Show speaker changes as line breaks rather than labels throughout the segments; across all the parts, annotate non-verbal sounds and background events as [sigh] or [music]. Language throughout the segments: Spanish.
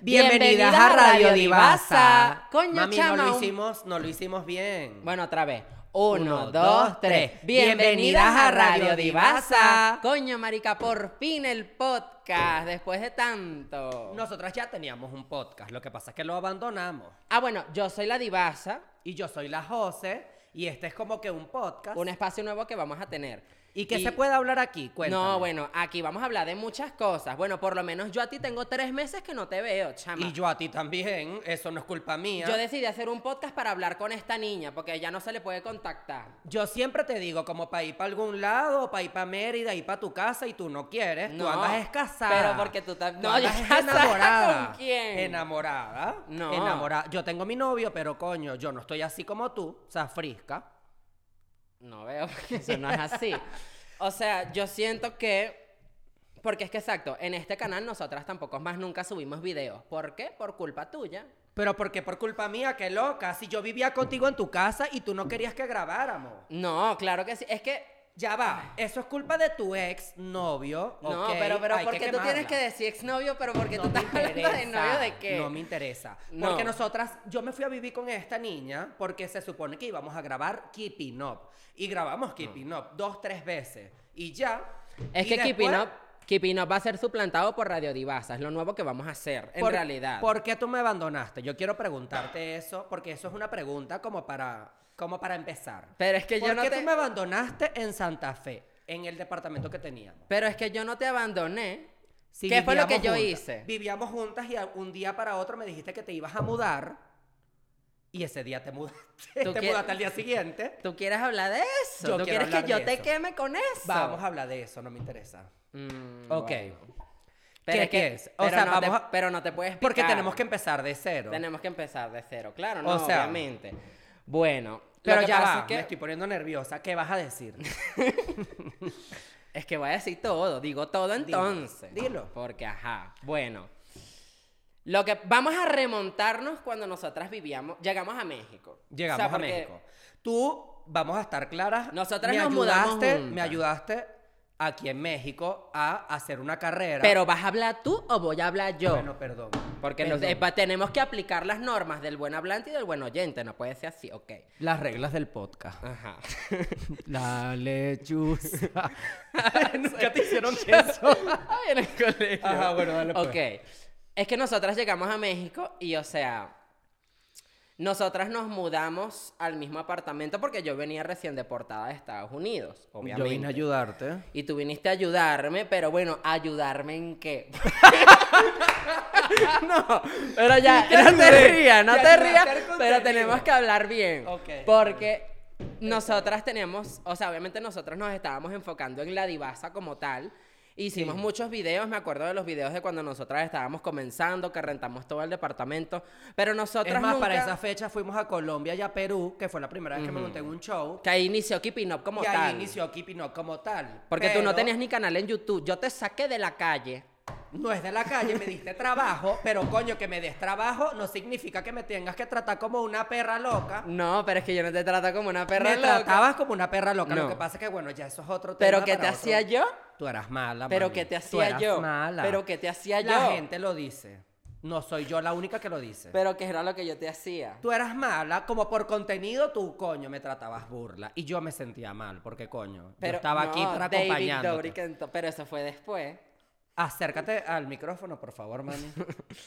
Bienvenidas, a Radio Divasa.
Coño,
Mami,
chama,
no lo
un-
hicimos, no lo hicimos bien.
Bueno, otra vez. Uno, dos, tres. Bienvenidas a Radio Divasa. Coño, marica, por fin el podcast, después de tanto.
Nosotras ya teníamos un podcast, lo que pasa es que lo abandonamos.
Ah, bueno, yo soy la Divasa,
Y yo soy la Jose, y este es como que un podcast.
un espacio nuevo que vamos a tener.
¿Y qué se puede hablar aquí? Cuéntame.
No, bueno, aquí vamos a hablar de muchas cosas. Bueno, por lo menos yo a ti tengo tres meses que no te veo, chama.
Y yo a ti también, eso no es culpa mía.
Yo decidí hacer un podcast para hablar con esta niña, porque ya no se le puede contactar.
Yo siempre te digo, como para ir para algún lado, para ir para Mérida, ir para tu casa, y tú no quieres, tú
No,
andas escasada.
pero porque tú tam-
No,
no, yo
andas es
casada,
enamorada.
¿con quién?
Enamorada.
No.
Enamorada. Yo tengo mi novio, pero coño, yo no estoy así como tú, o sea, frisca.
No veo, [laughs] porque eso no es así. O sea, yo siento que. Porque es que exacto, en este canal nosotras tampoco más nunca subimos videos. ¿Por qué? Por culpa tuya.
Pero porque por culpa mía, qué loca. Si yo vivía contigo en tu casa y tú no querías que grabáramos.
No, claro que sí. Es que.
Ya va. Eso es culpa de tu ex novio.
No,
ok,
pero, pero
hay
¿por
que
qué tú tienes
quemarla.
que decir exnovio? Pero porque tú
me
estás hablando de novio de qué.
No me interesa.
No.
Porque nosotras, yo me fui a vivir con esta niña porque se supone que íbamos a grabar Keeping Up. Y grabamos Keeping Up dos, tres veces. Y ya.
Es
Y
que
después-
Keeping Up, Keeping Up va a ser suplantado por Radio Divasa. Es lo nuevo que vamos a hacer, en
por-
realidad.
¿Por qué tú me abandonaste? Yo quiero preguntarte eso porque eso es una pregunta como para, como para empezar.
Pero es que yo
¿Por
no
qué
te-
tú me abandonaste en Santa Fe? En el departamento que teníamos.
Pero es que yo no te abandoné.
Si
¿Qué fue lo que
vivíamos
yo
juntas.
hice?
Vivíamos juntas y a- un día para otro me dijiste que te ibas a mudar y ese día te mudaste.
¿Tú
[laughs] te
qué-
mudaste al día siguiente.
¿Tú quieres hablar de eso?
Yo
¿Tú
quiero
quieres que
hablar
yo
de
te
eso.
queme con eso?
Vamos a hablar de eso, no me interesa.
Mm, bueno.
Ok. ¿Qué
Pero es que,
quieres? O
pero,
sea,
no
vamos
te,
a-
pero no te puedes
Porque
picar.
tenemos que empezar de cero.
Tenemos que empezar de cero, claro,
O
no,
sea-
obviamente. Bueno,
Pero
lo que
ya
pasa
va,
es que,
me estoy poniendo nerviosa. ¿Qué vas
[laughs]
a decir?
es que voy a decir todo, digo todo entonces.
dilo.
Porque, ajá, bueno. Lo que, vamos a remontarnos cuando nosotras vivíamos, llegamos a México.
Llegamos
O sea,
a
porque
México. Tú, vamos a estar claras.
Nosotras
me
nos mudamos
ayudaste,
juntas.
Me ayudaste aquí en México a hacer una carrera.
Pero vas a hablar tú o voy a hablar yo.
Bueno, perdón.
porque
Perdón.
los- eh, pa- tenemos que aplicar las normas del buen hablante y del buen oyente, no puede ser así, ok.
Las reglas del podcast.
Ajá. [laughs]
La lechuza. [laughs] Nunca te hicieron eso.
Ay, en el colegio.
Ajá, bueno, dale, pues.
Ok. Es que nosotras llegamos a México y, o sea, nosotras nos mudamos al mismo apartamento porque yo venía recién deportada de Estados Unidos, obviamente.
Yo vine a ayudarte.
Y tú viniste a ayudarme, pero bueno, ¿ayudarme en qué? [laughs] no, pero ya,
Te
no te
ayudé,
rías, no
te
te
ayudé a
rías,
hacer contenido.
pero tenemos que hablar bien.
Ok.
Porque nosotras tenemos, o sea, obviamente nosotros nos estábamos enfocando en la divasa como tal. Hicimos
Sí.
muchos videos, me acuerdo de los videos de cuando nosotras estábamos comenzando, que rentamos todo el departamento, pero nosotras
Es más,
nunca-
para esa fecha fuimos a Colombia y a Perú, que fue la primera vez que me monté en un show.
Que ahí inició Keeping Up como
y
tal.
ahí inició Keeping Up como tal.
Porque tú no
Pero
tenías ni canal en YouTube, yo te saqué de la calle.
No es de la calle, me diste trabajo, pero coño, que me des trabajo no significa que me tengas que tratar como una perra loca.
No, pero es que yo no te trato como una perra
me
loca.
tratabas como una perra loca. Lo
No.
que pasa es que, bueno, ya eso es otro tema.
Pero ¿qué
para
te
otro-
hacía yo?
Tú eras mala,
Pero
mami.
¿qué te
Tú
hacía
eras
yo?
mala.
Pero ¿qué te hacía
La
yo?
gente lo dice. No soy yo la única que lo dice.
Pero ¿qué era lo que yo te hacía?
Tú eras mala, como por contenido, tú, coño, me tratabas burla. Y yo me sentía mal, porque, coño,
Pero
yo estaba aquí
no,
para
David
acompañándote.
Dobrik ento- pero eso fue después.
Acércate al micrófono, por favor,
[laughs]
mami.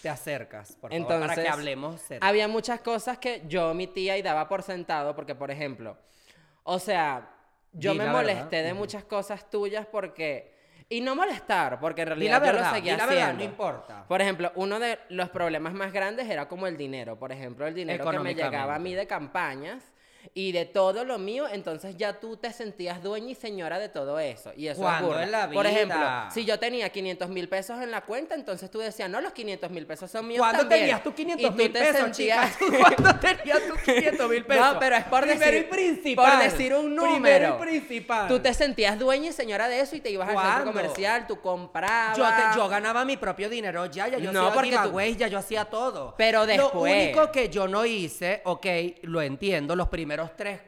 Te acercas, por favor, para
Entonces,
que hablemos cerca.
Había muchas cosas que yo omitía y daba por sentado, porque, por ejemplo, o sea, yo
Di
me
la
molesté
verdad.
de muchas cosas tuyas porque. Y no molestar, porque en
Di
realidad
la
yo lo
verdad, di
seguía
la
haciendo.
verdad, no importa.
Por ejemplo, uno de los problemas más grandes era como el dinero. Por ejemplo, el dinero que me
Económicamente.
llegaba a mí de campañas y de todo lo mío, entonces ya tú te sentías dueña y señora de todo eso. Y eso es
¿Cuándo
burda.
en la
Por ejemplo,
vida?
si yo tenía 500 mil pesos en la cuenta, entonces tú decías, no, los 500 mil pesos son míos
¿Cuándo
también".
tenías tú
Y
500
tú
mil
te
pesos,
sentías-
chicas? [laughs] ¿Cuándo tenías tú 500 mil
[laughs]
pesos?
No, pero es por
Primero
decir,
y principal.
por decir un
Primero y
número.
principal.
Tú te sentías dueña y señora de eso y te ibas al centro
¿Cuándo?
comercial, tú comprabas.
Yo, te- yo ganaba mi propio dinero ya, ya yo
No,
hacía
porque tú-
giveaways, ya yo hacía todo.
Pero
Lo
después.
único que yo no hice, ok, lo entiendo, los primeros tres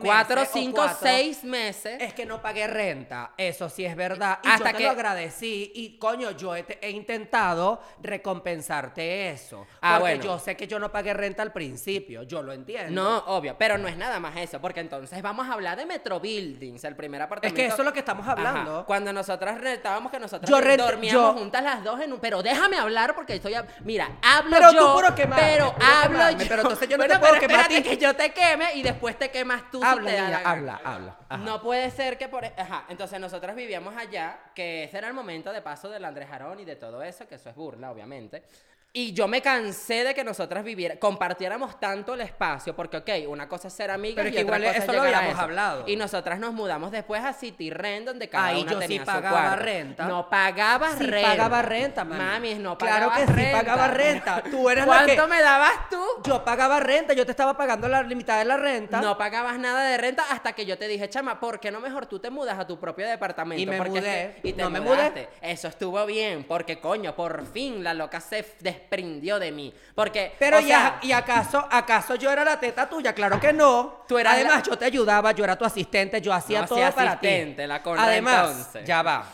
Cuatro,
meses o
cinco,
cuatro-
seis meses.
Es que no pagué renta, eso sí es verdad. Y
Hasta
yo te
que-
lo agradecí y coño, yo he, te- he intentado recompensarte eso.
Ah,
porque
bueno.
yo sé que yo no pagué renta al principio, yo lo entiendo.
No, obvio, pero no es nada más eso, porque entonces vamos a hablar de Metro Buildings, el primer
Es
apartamento.
que eso es lo que estamos
Ajá,
hablando.
Cuando nosotras rentábamos que nosotras
Yo rent-
dormíamos
yo-
juntas las dos en un... Pero déjame hablar porque estoy... hab- Mira, hablo
Pero tú
yo,
puro quemarme,
pero
puro
hablo
quemarme,
yo.
pero entonces yo no te
Bueno,
puedo
pero
quemar a
espérate
ti.
que yo te queme y después te quemas tú si
habla,
te da la
niña,
gana.
habla, habla. Ajá.
No puede ser que por... e, Ajá, entonces nosotras vivíamos allá, que ese era el momento de paso del Andrés Jarón y de todo eso, que eso es burla, obviamente. Y yo me cansé de que nosotras viviera, compartiéramos tanto el espacio, porque, ok, una cosa es ser amigas
Pero
y
es que
otra
igual
cosa es
eso lo
llegar a
habíamos hablado.
Y nosotras nos mudamos después a City Rent, donde cada
Ahí
una
yo sí
tenía su
pagaba
cuarto.
renta.
No pagaba
Sí
renta.
pagaba renta, mami.
no
Claro
pagaba
que sí pagaba renta. Tú eras la
¿Cuánto
que-
me dabas tú?
Yo pagaba renta, yo te estaba pagando la mitad de la renta.
No pagabas nada de renta hasta que yo te dije, chama, ¿por qué no mejor tú te mudas a tu propio departamento?
Y me
Porque es
mudé.
que- y te
No me
mudaste. Eso estuvo bien, porque coño, por fin la loca se f- desprendió de mí. Porque.
Pero
o
ya,
sea,
¿y acaso, acaso yo era la teta tuya? Claro que no.
Tú eras
Además,
la-
yo te ayudaba, yo era tu asistente, yo hacía
No,
todo
sea
para ti.
asistente, la conra
Además,
entonces.
ya va.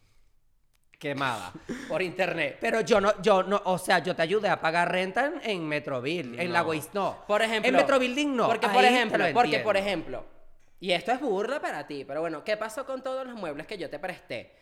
[laughs] Quemada por internet. Pero yo no, yo no, o sea, yo te ayudé a pagar renta en, en Metroville, en la Waze no.
Por ejemplo.
En Metrobuilding no.
Porque,
Ahí
por
te lo
ejemplo, porque, por
entiendo.
ejemplo, y esto es burla para ti, pero bueno, ¿qué pasó con todos los muebles que yo te presté?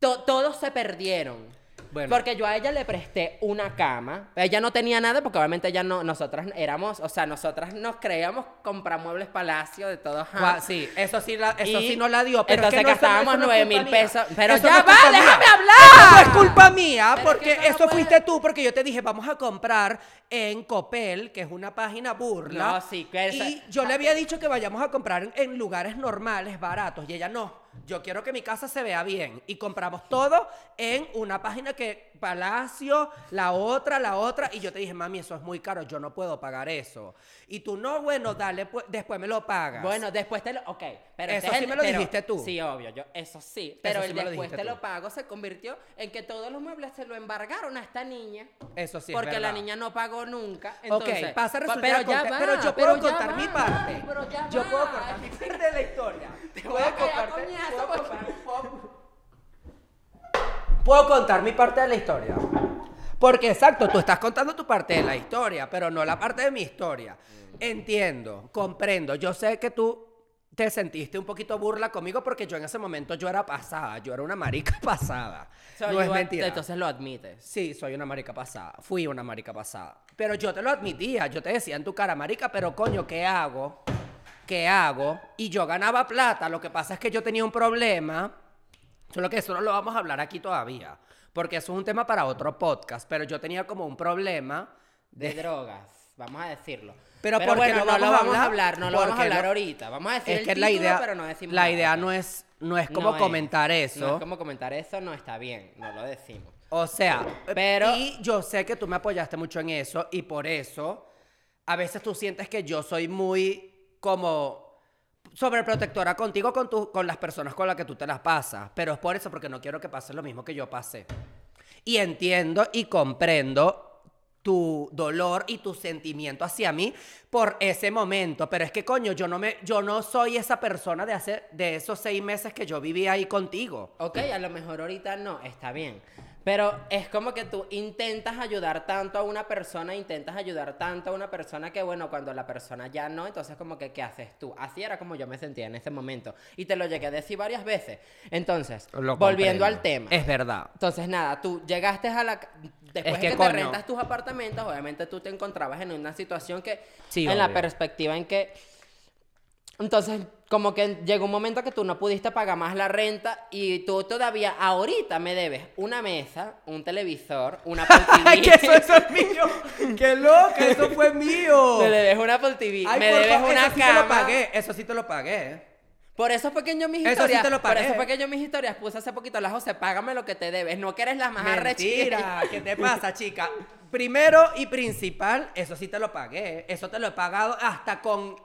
To- todos se perdieron.
Bueno.
Porque yo a ella le presté una cama. Ella no tenía nada porque obviamente ella no, nosotras éramos, o sea, nosotras nos creíamos comprar muebles palacio de todos.
Gua- Sí, eso sí, la, eso
Y
sí no la dio. Pero
entonces
es que no, eso no-
gastábamos
eso no es
9.000
culpa mía.
pesos. Pero
Eso
ya
no es
va,
culpa
déjame
mía.
hablar.
Eso no es culpa mía,
Pero es que
porque
eso
eso,
no puede-
fuiste tú, porque yo te dije, vamos a comprar en Copel, que es una página burla.
No, sí, que esa-
Y yo le había dicho que vayamos a comprar en, en lugares normales, baratos, y ella no. Yo quiero que mi casa se vea bien. Y compramos todo en una página que Palacio, la otra, la otra. Y yo te dije, mami, eso es muy caro, yo no puedo pagar eso. Y tú, no, bueno, dale, pues, después me lo pagas.
Bueno, después te lo. Ok, pero. este
Eso
es
sí
el-
me lo
pero-
dijiste tú.
Sí, obvio, yo. Eso sí. Pero
sí
el
me lo
después
dijiste
te
tú.
lo pago se convirtió en que todos los muebles se lo embargaron a esta niña.
Eso sí es
porque la
verdad.
niña no pagó nunca.
Ok,
Entonces,
pasa
pa-
a resultar
Pero ya
contar-
va,
pero yo puedo
ya
contar
va,
mi parte.
Pero ya
yo
va.
puedo contar mi parte de la
[laughs]
historia.
voy a cagar
contarte-
coñazo,
puedo
porque-
contar- puedo- Puedo contar mi parte de la historia. Porque exacto, tú estás contando tu parte de la historia, pero no la parte de mi historia. Entiendo, comprendo. Yo sé que tú te sentiste un poquito burla conmigo porque yo en ese momento yo era pasada, yo era una marica [laughs] pasada.
So,
no es
you-
mentira.
Entonces lo admites.
Sí, soy una marica pasada. Fui una marica pasada. Pero yo te lo admitía. Yo te decía en tu cara, marica, pero coño, ¿qué hago? ¿Qué hago? Y yo ganaba plata. Lo que pasa es que yo tenía un problema. Solo que eso no lo vamos a hablar aquí todavía. Porque eso es un tema para otro podcast. Pero yo tenía como un problema.
De drogas. Vamos a decirlo.
Pero ¿por qué
bueno,
no
no, lo
vamos a
vamos a
hablar?
hablar, no lo
¿Por
vamos a
qué no?
hablar ahorita. Vamos a decir
Es
el
que
título,
la idea,
pero no decimos
la
nada.
idea no es, no es como
No es.
comentar
No
eso.
es como comentar eso, no está bien. No lo decimos.
O sea,
Pero-
Eh, y yo sé que tú me apoyaste mucho en eso y por eso a veces tú sientes que yo soy muy como sobreprotectora contigo con tu- con las personas con las que tú te las pasas, pero es por eso porque no quiero que pase lo mismo que yo pasé. Y entiendo y comprendo tu dolor y tu sentimiento hacia mí por ese momento, pero es que coño, yo no me yo no soy esa persona de hace de esos seis meses que yo vivía ahí contigo.
Ok, a lo mejor ahorita no, está bien. Pero es como que tú intentas ayudar tanto a una persona, intentas ayudar tanto a una persona que, bueno, cuando la persona ya no, entonces como que, ¿qué haces tú? Así era como yo me sentía en ese momento. Y te lo llegué a decir varias veces. Entonces,
Lo
volviendo
comprendo.
al tema.
Es verdad.
Entonces, nada, tú llegaste a la... Después
Es que,
que, te
coño.
rentas tus apartamentos, obviamente tú te encontrabas en una situación que...
Sí,
en la
obvio.
perspectiva en que... Entonces, como que llegó un momento que tú no pudiste pagar más la renta y tú todavía, ahorita me debes una mesa, un televisor, una
[laughs]
Apple
¡Ay,
TV.
que eso, eso es mío! ¡Qué loca! ¡Eso fue
[laughs]
mío!
Me debes una Apple TV,
Ay,
me
por
debes
favor,
una
eso sí te
cama.
lo pagué. Eso sí te lo pagué. ¿eh?
Por eso fue que yo mis
Eso sí
historias,
te lo
por
pagué.
eso fue que yo mis historias puse hace poquito la José, págame lo que te debes, no que eres la más arrechera.
Mentira. ¿Qué te pasa, chica? ¿eh? Primero y principal, eso sí te lo pagué. Eso te lo he pagado hasta con...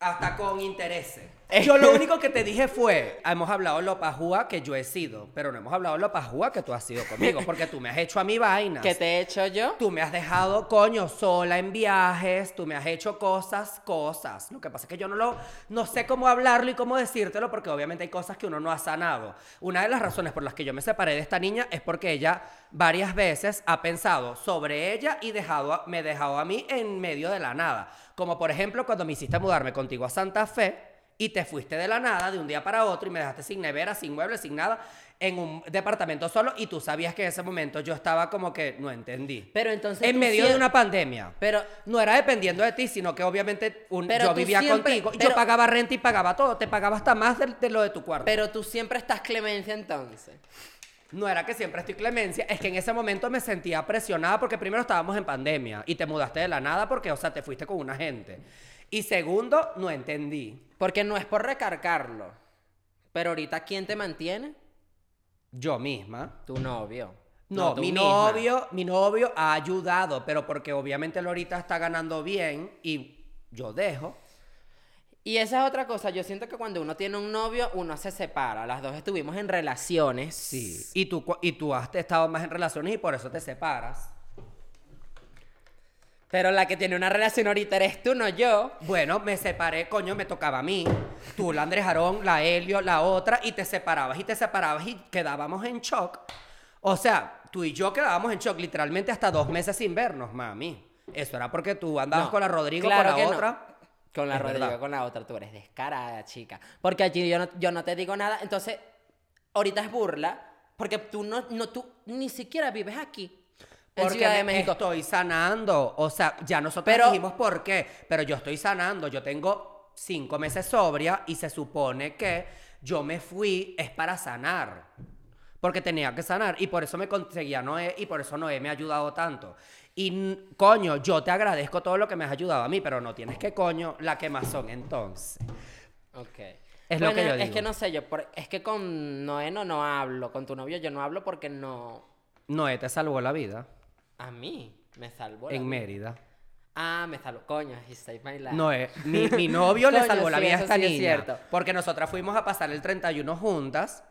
Hasta con intereses.
Eh.
Yo lo único que te dije fue, hemos hablado lo pajúa que yo he sido, pero no hemos hablado lo pajúa que tú has sido conmigo, porque tú me has hecho a mi
[laughs]
vaina.
¿Qué te he hecho yo?
Tú me has dejado, coño, sola en viajes, tú me has hecho cosas, cosas. Lo que pasa es que yo no lo, no sé cómo hablarlo y cómo decírtelo, porque obviamente hay cosas que uno no ha sanado. Una de las razones por las que yo me separé de esta niña es porque ella varias veces ha pensado sobre ella y dejado, a- me dejado a mí en medio de la nada. Como por ejemplo cuando me hiciste mudarme contigo a Santa Fe y te fuiste de la nada de un día para otro y me dejaste sin nevera, sin muebles, sin nada, en un departamento solo y tú sabías que en ese momento yo estaba como que no entendí.
Pero entonces
en
tú
medio de
siem-
una pandemia.
Pero
No era dependiendo de ti, sino que obviamente un-
Pero
yo
tú
vivía
siempre-
contigo, yo
pero-
pagaba renta y pagaba todo, te pagaba hasta más de, de lo de tu cuarto.
pero tú siempre estás clemencia entonces.
No era que siempre estoy clemencia, es que en ese momento me sentía presionada porque primero estábamos en pandemia y te mudaste de la nada porque, o sea, te fuiste con una gente. Y segundo, no entendí.
Porque no es por recargarlo. Pero ahorita ¿quién te mantiene?
Yo misma.
Tu novio.
No,
tú
mi
misma.
novio, mi novio ha ayudado, pero porque obviamente él ahorita está ganando bien y yo dejo.
Y esa es otra cosa. Yo siento que cuando uno tiene un novio, uno se separa. Las dos estuvimos en relaciones.
Y tú, cu- y tú has estado más en relaciones y por eso te separas.
Pero la que tiene una relación ahorita eres tú, no yo.
Bueno, me separé, coño, me tocaba a mí. Tú, la Andrés Jarón, la Helio, la otra, y te separabas y te separabas y quedábamos en shock. O sea, tú y yo quedábamos en shock literalmente hasta dos meses sin vernos, mami. Eso era porque tú andabas
No,
con la Rodrigo,
claro
con
que
la
no.
otra.
Con la
Es
Rodrigo,
verdad.
con la otra. Tú eres descarada, chica. Porque allí yo no, yo no te digo nada. Entonces, ahorita es burla. Porque tú no, no tú ni siquiera vives aquí. En
Porque
Ciudad de
me-
México.
estoy sanando. O sea, ya nosotros
Pero-
dijimos por qué. Pero yo estoy sanando. Yo tengo cinco meses sobria y se supone que yo me fui es para sanar. Porque tenía que sanar. Y por eso me conseguía Noé y por eso Noé me ha ayudado tanto. Y n- coño, yo te agradezco todo lo que me has ayudado a mí, pero no tienes que coño la quemazón entonces.
Ok.
Es lo que yo
Es
digo.
que no sé, yo por- es que con Noé no, no hablo, con tu novio yo no hablo porque no...
Noé te salvó la vida
A mí me salvó. la
en
vida.
Mérida.
Ah, me salvó. Coño, he saved my life. [laughs]
No, eh, mi, mi novio le
Coño,
salvó la
sí,
vida a
eso
esta
sí es
niña.
cierto.
Porque nosotras fuimos a pasar el 31 juntas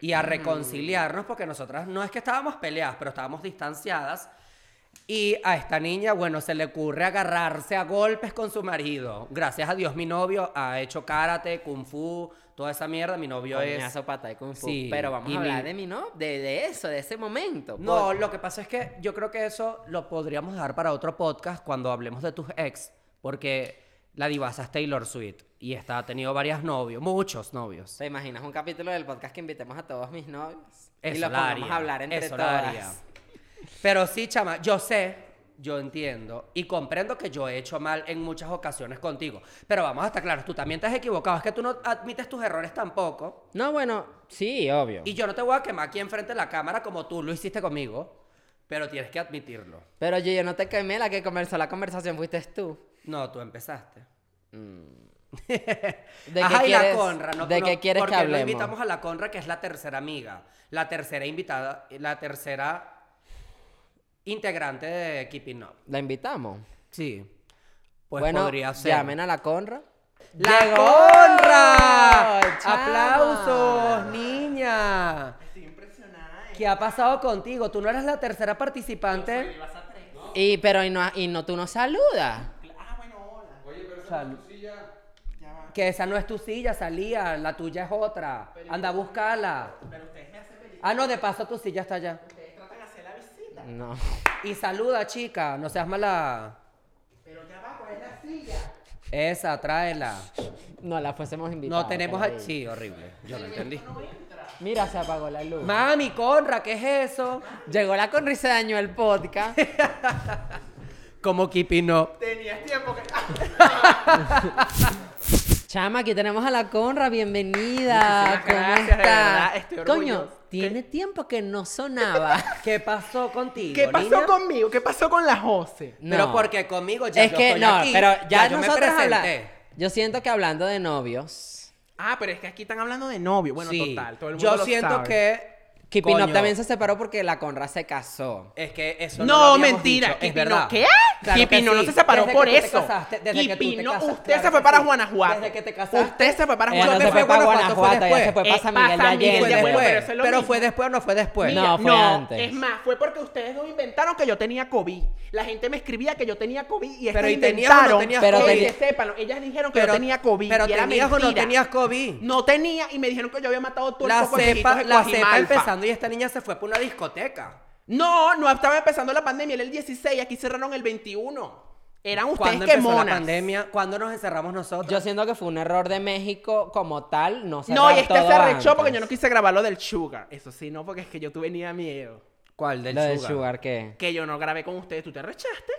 y a reconciliarnos, porque nosotras no es que estábamos peleadas, pero estábamos distanciadas. Y a esta niña, bueno, se le ocurre agarrarse a golpes con su marido. Gracias a Dios, mi novio ha hecho karate, kung fu, toda esa mierda. Mi novio es.
Coñazo, pata y kung fu.
Sí,
Pero vamos
y
a hablar
mi-
de mi no, de, de eso, de ese momento.
No,
Por-
lo que pasa es que yo creo que eso lo podríamos dejar para otro podcast cuando hablemos de tus ex, porque la divasa es Taylor Swift y está, ha tenido varios novios, muchos novios.
¿Te imaginas un capítulo del podcast que invitemos a todos mis novios?
Eso
y lo
la
pongamos
haría,
a hablar entre
eso la haría.
todas.
Pero sí, chama, yo sé, yo entiendo y comprendo que yo he hecho mal en muchas ocasiones contigo, pero vamos a estar claros, tú también te has equivocado, es que tú no admites tus errores tampoco.
No, bueno, sí, obvio.
Y yo no te voy a quemar aquí enfrente de la cámara como tú lo hiciste conmigo, pero tienes que admitirlo.
Pero yo, yo no te quemé, la que comenzó la conversación fuiste tú.
No, tú empezaste.
Mm.
[laughs]
¿De
Ajá,
qué
y la
quieres,
Conra, no-
¿de
no,
qué quieres
porque
que
no
hablemos?
invitamos a la Conra, que es la tercera amiga, la tercera invitada, la tercera integrante de Keeping Up.
¿La invitamos?
Sí. Pues
bueno,
podría ser.
llamen a la Conra.
¡La
¡Llegó!
Conra!
¡Chama!
¡Aplausos, niña! Estoy impresionada. eh. ¿Qué ha pasado contigo? ¿Tú no eres la tercera participante?
Y, pero, y no, y no, tú nos saludas.
Que esa no es tu silla, salía, la tuya es otra. Anda, búscala. Pero ustedes me hacen Ah, no, de paso tu silla está allá.
No. [laughs]
Y saluda, chica, no seas mala. Pero ya va, es la pues, silla. Esa, tráela.
No la fuésemos invitando.
No tenemos a... Sí, horrible. Yo lo entendí.
Mira, se apagó la luz.
Mami, Conra, ¿qué es eso?
Llegó la Conra y se dañó el podcast.
[laughs] Como keeping up.
Tenías tiempo que. ¡Ah!
Chama, aquí tenemos a la Conra, bienvenida.
Muchísimas
¿Cómo
gracias,
está?
de verdad, estoy
Coño,
orgulloso.
tiene tiempo que no sonaba.
¿Qué pasó contigo?
¿Qué pasó
niña?
conmigo? ¿Qué pasó con la Jose?
No.
Pero porque conmigo ya
es
yo
que
estoy
no,
aquí,
pero ya,
yo me
nosotras habla-
presenté.
Yo siento que hablando de novios.
Ah, pero es que aquí están hablando de novio. Bueno,
Sí,
total. Todo el mundo
yo
lo
siento
sabe.
que
Keeping
Coño.
Up también se separó porque la Conra se casó.
Es que eso no, lo
No,
habíamos
mentira.
dicho, es
Kipino,
verdad.
¿Qué?
Claro que
Kipino no
sí.
se separó
Desde que
por
tú te
eso.
casaste, desde que tú te
Kipino,
casaste,
usted
claro
se fue
que
para
sí.
Guanajuato.
Desde que te casaste.
Usted se fue para
Ella no
¿Dónde
se
fue
fue para
Guanajuato? ¿Fue
Guanajuato, ella se
después?
fue para
Eh,
San Miguel de
pasa
Fue
Miguel de
Allende.
Allende.
después.
pero eso es lo
Pero
mismo.
fue después o no fue después.
Mira, No, fue antes.
Es más, fue porque ustedes dos inventaron que yo tenía COVID. La gente me escribía que yo tenía COVID y
Pero
pero
¿y tenías o no
inventaron.
tenías
Pero
pero
COVID?
que sepan, ellas dijeron que yo tenía COVID.
Pero
y era
tenías o no
mentira.
tenías COVID.
No tenía y me dijeron que yo había matado todo
la
el poco de
cepa,
viejitos de
la cepa
Coajimalpa.
empezando y esta niña se fue para una discoteca.
No, no estaba empezando la pandemia. Era el 16, aquí cerraron el 21. Eran ustedes
Cuando
que
empezó
monas.
la pandemia, cuando nos encerramos nosotros.
Yo siento que fue un error de México como tal, no se
No, y este se arrechó porque yo no quise grabar lo del Sugar. Eso sí, no, porque es que yo tuve ni miedo.
¿Cuál? Del
Lo de
sugar.
Sugar, ¿qué?
Que yo no grabé con ustedes, tú te arrechaste.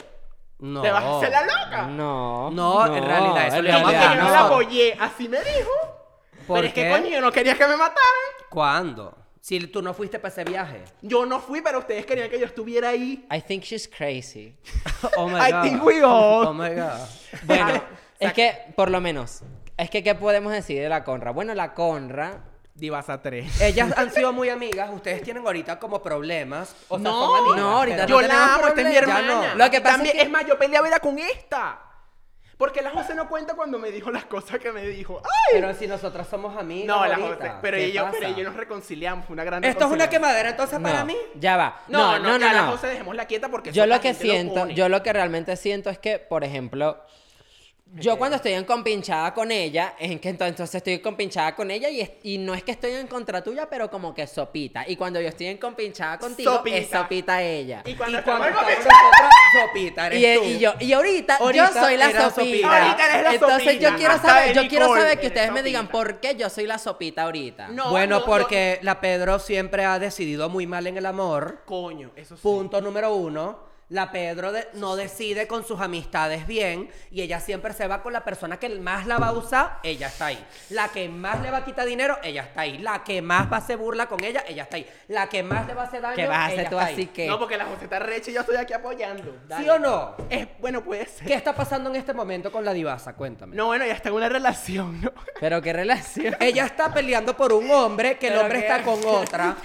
No.
Te vas a hacer la loca.
No.
No, en realidad, eso
en
le vamos a
Porque
realidad
yo no
no.
la apoyé, así me dijo.
¿Por
pero es
qué?
que coño, yo no quería que me mataran.
¿Cuándo? Si tú no fuiste para ese viaje.
Yo no fui, pero ustedes querían que yo estuviera ahí.
I think she's crazy.
Oh my
[laughs] I
God.
think we all-
Oh my God.
Bueno,
Ah,
Ajá.
[laughs] es que, por lo menos, es que, ¿qué podemos decir de la Conra? Bueno, la Conra,
Divas a tres.
Ellas han sido muy amigas. Ustedes tienen ahorita como problemas. O sea,
no,
son amigas,
no, ahorita
pero
yo
no
la
tenemos
amo, esta es mi
problemas. Ya
hermana.
no.
Lo que
Y
pasa es
también-
que-
es más, yo peleaba era con esta. Porque la José no cuenta cuando me dijo las cosas que me dijo. ¡Ay!
Pero si nosotras somos amigas.
No, la
ahorita,
José. Pero
¿qué
ella,
pasa?
pero ella nos reconciliamos. Fue una gran
Esto es una
reconciliación.
quemadera entonces para
no,
mí.
Ya va.
No, no,
no,
ya la
no.
José dejémosla quieta porque
Yo
eso
lo
la
que
gente
siento,
pone.
yo lo que realmente siento es que, por ejemplo, yo cuando estoy en compinchada con ella, es que ento- entonces estoy compinchada con ella y, es- y no es que estoy en contra tuya, pero como que sopita. Y cuando yo estoy en compinchada contigo, es
Sopita.
sopita ella.
Y
Y,
cuando,
Y cuando
estamos
estamos
en
nosotras, Sopita, eres tú.
y yo, y ahorita,
Ahorita
yo soy la
era
sopita.
sopita.
Ahorita eres la
entonces
sopita.
yo quiero
Hasta
saber,
de
yo quiero
Nicole
saber que
eres
ustedes me digan
sopita.
por qué yo soy la sopita ahorita.
No.
bueno,
no,
porque la Pedro siempre ha decidido muy mal en el amor.
Coño, eso sí.
Punto número uno. La Pedro de- no decide con sus amistades bien y ella siempre se va con la persona que más la va a usar, ella está ahí. La que más le va a quitar dinero, ella está ahí. La que más va a hacer burla con ella, ella está ahí. La que más le va a hacer daño,
Que vas a hacer
ella
tú
está ahí.
así que.
No, porque la José está recha y yo estoy aquí apoyando. Dale.
¿Sí o no?
Es, bueno, puede ser.
¿Qué está pasando en este momento con la divasa? Cuéntame.
No, bueno, ya está en una relación, ¿no? [laughs]
Pero qué relación.
Ella está peleando por un hombre, que el
Pero
hombre
qué- [laughs]
está con otra.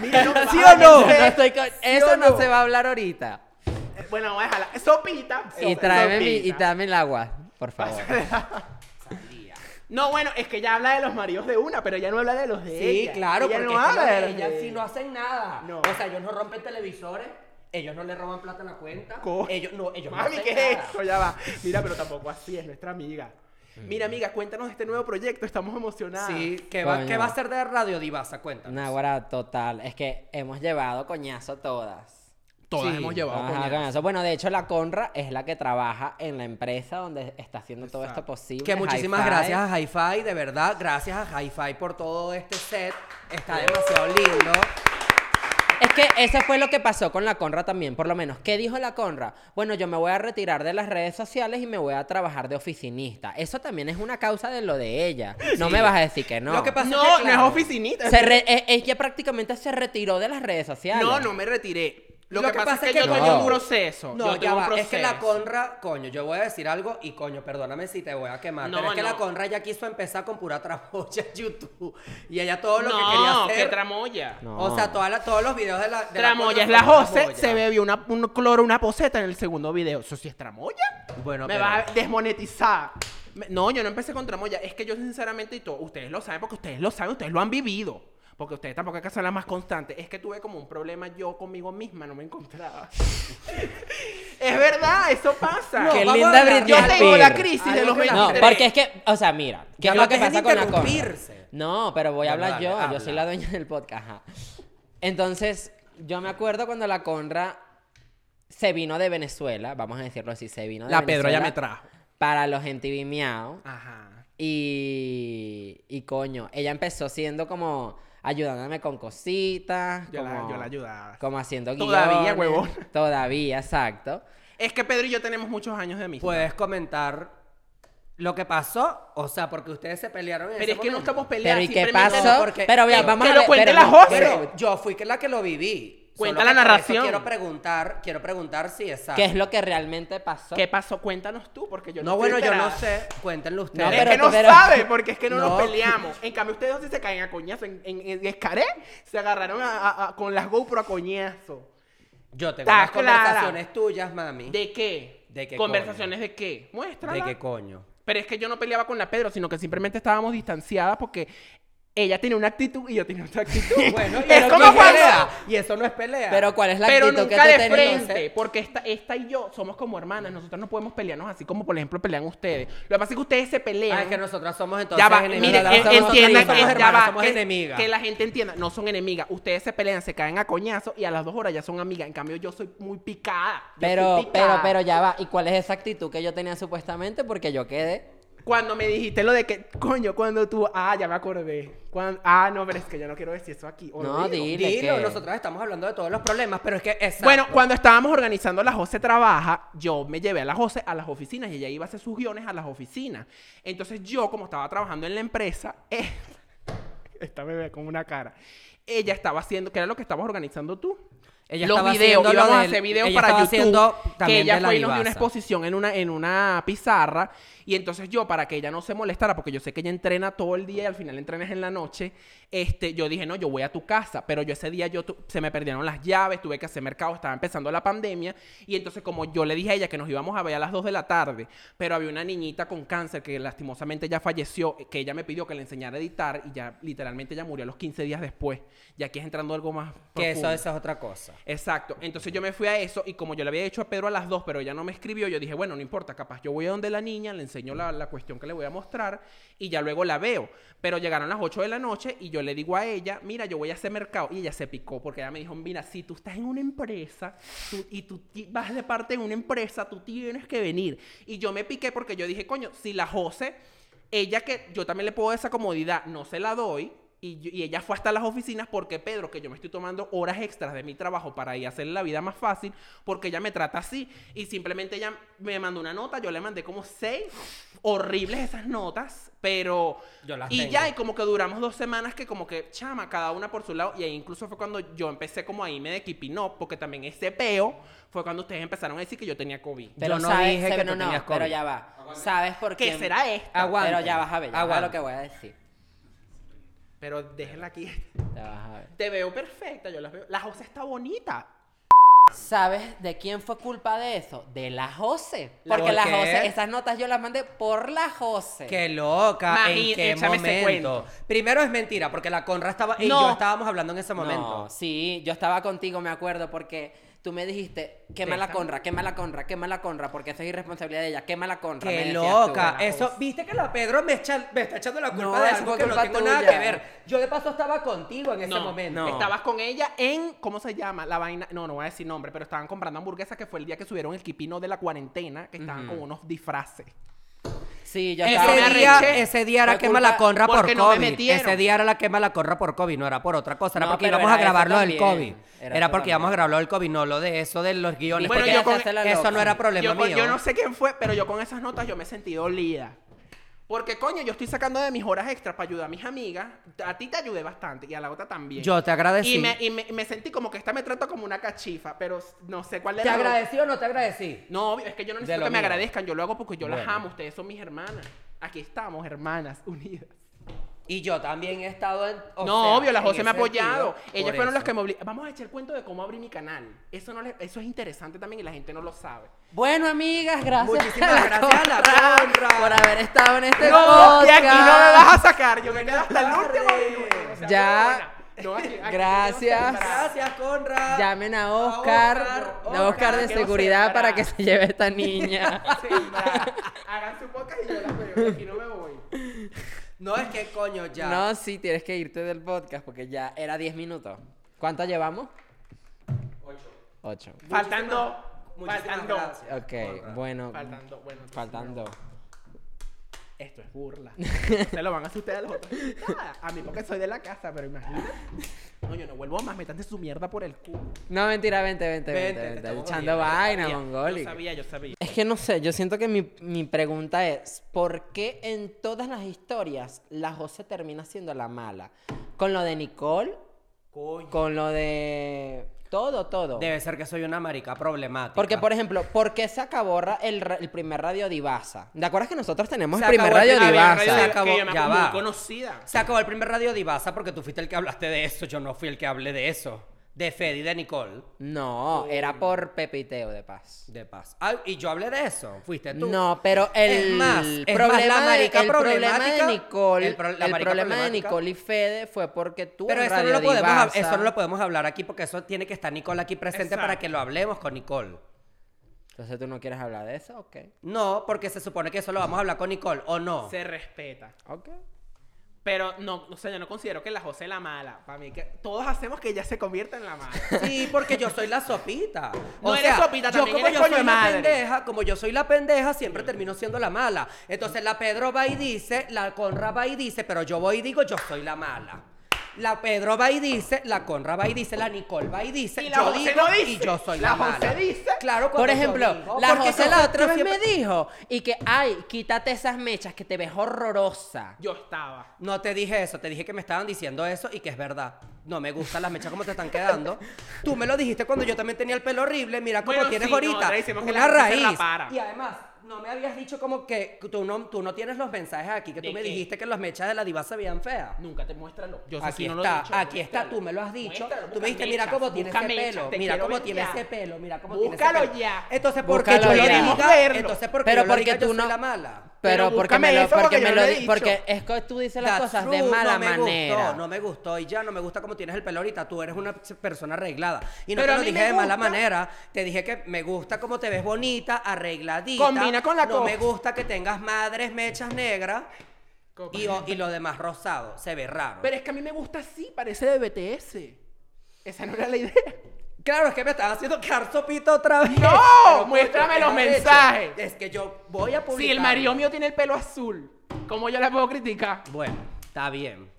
Mira, no,
¿Sí
vas
o no?
a
No
meter-
estoy con- Eso
o
no
no?
se va a hablar ahorita.
Eh, Bueno, vamos a dejarla. Sopita.
Y
so-
tráeme mi, y
sopita.
dame el agua, por favor.
No, bueno, es que ya habla de los maridos de una, pero ya no habla de los de
Sí,
ella.
claro,
ella
porque
no
es que
habla
los de
de los
ellas
de
sí no hacen nada.
No.
O sea, ellos no rompen televisores, ellos no le roban plata a la cuenta.
Co-
Ellos no, ellos no
Mami,
hacen
¿qué es
nada.
esto? Ya va. Mira, pero tampoco así es nuestra amiga. Mira, amiga, cuéntanos este nuevo proyecto. Estamos emocionadas.
Mm. Sí, ¿qué va,
Coño.
¿qué va a ser de Radio Divasa? Cuéntanos.
Naguará, total. Es que hemos llevado coñazo todas.
Todas
Sí,
hemos llevado
Ajá,
coñazo.
coñazo. Bueno, de hecho, la Conra es la que trabaja en la empresa donde está haciendo todo esto
Exacto.
posible.
Que muchísimas
Hi-Fi.
gracias a Hi-Fi, de verdad, gracias a Hi-Fi por todo este set. Está demasiado lindo.
Es que eso fue lo que pasó con la Conra también, por lo menos. ¿Qué dijo la Conra? Bueno, yo me voy a retirar de las redes sociales y me voy a trabajar de oficinista. Eso también es una causa de lo de ella. No me vas a decir que no.
Lo que pasa es
No,
que,
no
claro,
es oficinita.
Se re- e- ella prácticamente se retiró de las redes sociales.
No, no me retiré. Lo, que, pasa, es que, yo
no.
tenía un proceso.
No,
yo
ya
tengo un
va.
proceso.
Es que la Conra, coño, yo voy a decir algo y coño, perdóname si te voy a quemar.
No,
pero es que
no.
la Conra ya quiso empezar con pura traboya en YouTube. Y ella todo lo que quería
No,
hacer.
que tramoya.
No.
O sea, toda la- todos los videos de la. de la
Tramoya es
Conra
la
son
José,
tramoya.
se bebió una, un cloro, una poseta en el segundo video. ¿Eso sí es tramoya?
Bueno,
Me
pero-
va a desmonetizar. Me- No, yo no empecé con tramoya. Es que yo sinceramente, y todo, ustedes lo saben porque ustedes lo saben, ustedes lo han vivido. Porque ustedes tampoco hay que ser las más constantes. Es que tuve como un problema yo conmigo misma, no me encontraba. [laughs] es verdad, eso pasa.
No,
Qué
vamos a
linda
hablar.
Britney
yo tengo la
Spears.
crisis de
Algo
los
que la-
No,
23.
porque es que, o sea, mira, ¿qué
Ya
es
va,
lo que
dejen
pasa
de
con la Conra?
interrumpirse.
No, pero voy a
Bueno,
hablar yo,
dale,
yo soy
habla.
la dueña del podcast. ajá. Entonces, yo me acuerdo cuando la Conra se vino de Venezuela, vamos a decirlo así, se vino de
La
Venezuela.
Pedro ya me trajo.
Para los entibimeados.
Ajá.
Y, y coño, ella empezó siendo como ayudándome con cositas.
Yo la-
como-
yo la ayudaba.
Como haciendo
Todavía,
guiones,
huevón.
Todavía, exacto.
Es que Pedro y yo tenemos muchos años de amistad.
Puedes comentar lo que pasó. O sea, porque ustedes se pelearon en
pero
ese
es que no
momento.
estamos
Pero
peleando.
¿y qué
simplemente-
pasó?
porque-
Pero ya,
que
vamos
lo
a ver.
cuente
pero-
la Jose.
pero-
Pero yo fui que la que lo viví.
Cuenta
Solo
la
que por eso
narración.
Quiero preguntar, quiero preguntar si exacto.
¿Qué es lo que realmente pasó?
¿Qué pasó? Cuéntanos tú, porque yo
No,
no
bueno,
estoy
yo no
enterada.
sé. Cuéntenlo ustedes.
No,
es
pero-
que no
pero-
sabe, porque es que no,
No.
nos peleamos. En cambio, ustedes dos sí se caen a coñazo. En, en, en Escaré se agarraron a- a- a- con las GoPro a coñazo.
Yo tengo
Está
unas
clara.
conversaciones tuyas, mami.
¿De qué?
¿Mm? ¿De qué
¿Conversaciones de qué?
¿De
Muéstrala.
qué coño?
Pero es que yo no peleaba con la Pedro, sino que simplemente estábamos distanciadas porque ella tenía una actitud y yo tenía otra actitud.
[laughs] Bueno, y
es
eso
como
no es
cuando-
pelea. Y eso no es pelea.
Pero ¿cuál es la
Pero
actitud que
nunca
tú
de
tenías?
frente, porque esta, esta y yo somos como hermanas. Nosotros no podemos pelearnos así como, por ejemplo, pelean ustedes. Lo que pasa es que ustedes se pelean.
Ah, es que nosotras somos entonces
ya va,
enemigas.
mire,
Nosotras
en-
somos
entiendan
primas,
que,
somos
ya
hermanas,
va,
somos
que-
enemigas.
que la gente entienda, no son enemigas, ustedes se pelean, se caen a coñazo y a las dos horas ya son amigas, en cambio yo soy muy picada, yo soy
Pero, pero,
picada.
pero ya va. ¿Y cuál es esa actitud que yo tenía supuestamente? Porque yo quedé.
Cuando me dijiste lo de que, coño, cuando tú, ah, ya me acordé, Cuan- ah, no, pero es que yo no quiero decir eso aquí, o lo
No,
digo.
dile.
Dilo,
que-
nosotras estamos hablando de todos los problemas, pero es que exacto.
Bueno, cuando estábamos organizando la José Trabaja, yo me llevé a la José a las oficinas y ella iba a hacer sus guiones a las oficinas. Entonces yo, como estaba trabajando en la empresa, [laughs] eh, esta bebé con una cara, ella estaba haciendo, ¿qué era lo que estabas organizando tú?
Ella
los
estaba
videos,
haciendo lo
íbamos a
del-
hacer videos
ella
para
estaba haciendo
YouTube. Que
también
ella
de la
fue y nos dio una
divasa.
exposición en una, en una pizarra. Y entonces yo, para que ella no se molestara, porque yo sé que ella entrena todo el día y al final entrenas en la noche, este, yo dije, no, yo voy a tu casa. Pero yo ese día yo tu- se me perdieron las llaves, tuve que hacer mercado, estaba empezando la pandemia. Y entonces, como yo le dije a ella que nos íbamos a ver a las 2 de la tarde, pero había una niñita con cáncer que lastimosamente ya falleció, que ella me pidió que le enseñara a editar y ya literalmente ella murió a los 15 días después. Y aquí es entrando algo más.
que eso,
profundo.
eso es otra cosa.
Exacto. Entonces yo me fui a eso y como yo le había hecho a Pedro a las dos, pero ella no me escribió, yo dije, bueno, no importa, capaz yo voy a donde la niña, le enseño la, la cuestión que le voy a mostrar y ya luego la veo. Pero llegaron las 8 de la noche y yo le digo a ella, mira, yo voy a hacer mercado. Y ella se picó porque ella me dijo, mira, si tú estás en una empresa tú- y tú ti- vas de parte de una empresa, tú tienes que venir. Y yo me piqué porque yo dije, coño, si la Jose ella que yo también le puedo dar esa comodidad, no se la doy. Y, yo- y ella fue hasta las oficinas porque Pedro, que yo me estoy tomando horas extras de mi trabajo para ir a hacer la vida más fácil, porque ella me trata así. Y simplemente ella me mandó una nota, yo le mandé como seis horribles esas notas, pero...
Yo las
y
tengo.
ya, y como que duramos dos semanas que como que chama, cada una por su lado. Y ahí incluso fue cuando yo empecé como a irme de keeping up, porque también ese peo fue cuando ustedes empezaron a decir que yo tenía COVID.
Pero
Yo no
sabes,
dije
se-
que
no,
tú
no,
tenías
pero
COVID.
ya va. ¿Sabes por
¿Qué
qué?
será esto?
Aguanta.
Pero ya vas a ver, ya vas a ver lo que voy a decir.
Pero déjenla aquí.
Ya vas a ver.
Te veo perfecta, yo las veo. La José está bonita.
¿Sabes de quién fue culpa de eso? De la Jose.
¿La
Porque
por
la
qué?
Jose, esas notas yo las mandé por la Jose.
Qué loca,
Imagín-
en qué
échame ese
momento.
cuento.
Primero es mentira, porque la Conra estaba y
No.
yo estábamos hablando en ese momento.
No, sí, yo estaba contigo, me acuerdo, porque tú me dijiste, quema la
Déjame.
conra, quema la conra, quema la conra, porque eso es irresponsabilidad de ella, quema la conra. me
Qué
decías tú.
loca. Eso, viste que la Pedro me, echa- me está echando la culpa
No,
de
eso
algo
fue
que no
culpa
tengo nada
tuya.
que ver. Yo de paso estaba contigo en ese momento.
no.
Estabas con ella en, ¿cómo se llama? La vaina, no, no voy a decir nombre, pero estaban comprando hamburguesas que fue el día que subieron el kipino de la cuarentena, que estaban con unos disfraces.
Sí, yo estaba...
Ese
me
día,
arreché.
ese día era
Fue
quema
culpa-
la conra por
porque no me
COVID.
metieron.
ese día era la quema la conra por COVID, no era por otra cosa, era
No,
porque
pero
íbamos a
era eso
grabarlo del COVID.
también,
Era,
era eso
porque íbamos a
también.
grabarlo del COVID, no lo de eso de los guiones.
Bueno,
porque
yo con- hacerse la
eso
loca.
no era problema
Yo, con-
mío.
yo no sé quién fue, pero yo con esas notas yo me sentí dolida. Porque, coño, yo estoy sacando de mis horas extras para ayudar a mis amigas. A ti te ayudé bastante y a la otra también.
Yo te agradecí.
Y me, y me- y me sentí como que esta me trata como una cachifa, pero no sé cuál de
¿Te
las dos.
agradecí o no te agradecí?
No, obvio, es que yo no
De
necesito
lo
que me
mío.
agradezcan, yo lo hago porque yo las
Bueno.
amo, ustedes son mis hermanas. Aquí estamos, hermanas, unidas.
Y yo también he estado en. o
no,
sea,
obvio, la
en
José me ha
ese sentido,
apoyado.
por
Ellas fueron las
eso.
que me obligaron. Vamos a echar el cuento de cómo abrí mi canal. Eso, no le- eso es interesante también y la gente no lo sabe.
Bueno, amigas, gracias.
Muchísimas [laughs]
a la
gracias a la
Conra
Conra.
por haber estado en este
No,
podcast.
de aquí no me vas a sacar, yo me quedo hasta el último
tarde.
minuto. O sea,
Ya.
no, bueno. No, aquí- aquí
Gracias.
Gracias, Conra.
Llamen a Oscar,
A Oscar,
a Oscar de
que no
seguridad
se
para
para.
que se lleve esta niña.
Sí, ya. Hagan su podcast y yo las veo, que aquí no me voy.
No es que coño ya.
No, sí, tienes que irte del podcast porque ya era 10 minutos. ¿Cuánto llevamos? 8. 8.
Faltan dos.
Muchísimas
Faltan dos.
gracias,
Ok,
Conra.
bueno.
Faltan dos. Bueno, entonces
Faltan dos.
Esto es burla. [laughs] No Se lo van a hacer ustedes a los otros. Nada, A mí porque soy de la casa, pero imagínate. No, yo no vuelvo más, métanse su mierda por el culo.
No, mentira, vente, vente,
Vente,
vente.
te
vente,
estamos
Echando
jodiendo,
vaina,
Sabía, Yo
mongólico.
sabía, yo sabía.
Es que no sé, yo siento que mi, mi pregunta es, ¿por qué en todas las historias la José termina siendo la mala? Con lo de Nicole,
Coño.
con lo de... Todo, todo.
Debe ser que soy una marica problemática.
Porque, por ejemplo, ¿por qué se acabó ra- el, ra- el primer Radio Divasa? ¿De acuerdo que nosotros tenemos
Se
el primer
acabó el
Radio
primer
Divasa?
Radio Divasa. acabó,
que yo me
ya
hago muy
va.
conocida.
Se acabó el primer radio Divasa porque tú fuiste el que hablaste de eso. Yo no fui el que hablé de eso. De Fede y de Nicole.
No, era por Pepiteo de Paz.
De paz. Ah, y yo hablé de eso. Fuiste tú.
No, pero el
Es más, es
problema,
más, la
de-
marica
el problema
problemática-
de Nicole,
el
el,
pro- la marica
problema de
problemática.
Nicole y Fede fue porque tú
Pero
en
eso no,
Radio
lo podemos, hab-
Divasa-
eso no lo podemos hablar aquí porque eso tiene que estar Nicole aquí presente
Exacto.
para que lo hablemos con Nicole.
Entonces tú no quieres hablar de eso, ok.
No, porque se supone que eso lo vamos a hablar con Nicole, ¿o no?
Se respeta.
Ok.
Pero no, o sea, yo no considero que la José es la mala. Para mí, que todos hacemos que ella se convierta en la mala.
[laughs] Sí, porque yo soy la sopita.
[laughs] No eres sopita,
yo
también
como
eres
yo soy
coño
la
madre. Mm.
pendeja, como yo soy la pendeja, siempre termino siendo la mala. Entonces la Pedro va y dice, la Conra va y dice, pero yo voy y digo, yo soy la mala. La Pedro va y dice, la Conra va y dice, la Nicole va y dice,
Y la
yo
José
digo
no dice.
y yo soy la,
La
mala.
José dice.
Por
Claro, cuando yo
ejemplo,
digo,
la
porque
José
yo
la
soy-
otra
yo
vez
siempre-
me dijo y que, ay, quítate esas mechas que te ves horrorosa.
Yo estaba.
No te dije eso, te dije que me estaban diciendo eso y que es verdad. No me gustan las mechas como te están
[laughs]
quedando. Tú me lo dijiste cuando yo también tenía el pelo horrible. Mira cómo
Bueno,
tienes
sí, no,
ahorita.
le decimos que
una
la gente se
raíz.
rapara.
Y además, no me habías dicho como que tú no, tú no tienes los mensajes aquí, que tú
¿De
me
qué?
dijiste que las mechas de la diva se veían feas.
Nunca te muéstralo. Yo sé
aquí
si no lo he
está,
dicho,
aquí está,
muéstralo.
tú me lo has dicho.
Muéstralo,
tú
busca
me dijiste, mira
mechas,
cómo tiene ese
busca mechas,
pelo,
te
mira
quiero
cómo
ver
tiene
ya.
ese pelo, mira cómo tiene ese
Búscalo
pelo.
ya.
Entonces, ¿por qué
Búscalo
yo lo
ya.
diga?
Verlo.
Entonces, ¿por qué
Pero
yo lo
porque
diga, yo
tú
soy
no-
la mala?
Pero,
Pero
porque
búscame
me lo,
eso
porque
porque yo
me
no
lo
lo he
di-
dicho.
porque es que tú dices las
That's
cosas de
true,
mala
no me
manera.
Gustó, no me gustó y ya no me gusta como tienes el pelo ahorita. Tú eres una persona arreglada. Y no te
Pero a
lo
mí
dije
me
de mala
gusta.
manera. Te dije que me gusta como te ves bonita, arregladita.
Combina con la
No
copa.
me gusta que tengas madres mechas negras
Copa.
y, o- y lo demás rosado. Se ve raro.
Pero es que a mí me gusta así, parece de BTS. Esa no era la idea.
claro, es que me estás haciendo quedar sopita otra vez.
¡No!
Pero,
Muéstrame
¿qué
los
has
mensajes.
hecho? Es que yo voy a publicar.
Si el marido mío tiene el pelo azul, ¿cómo yo la puedo criticar?
Bueno, está bien.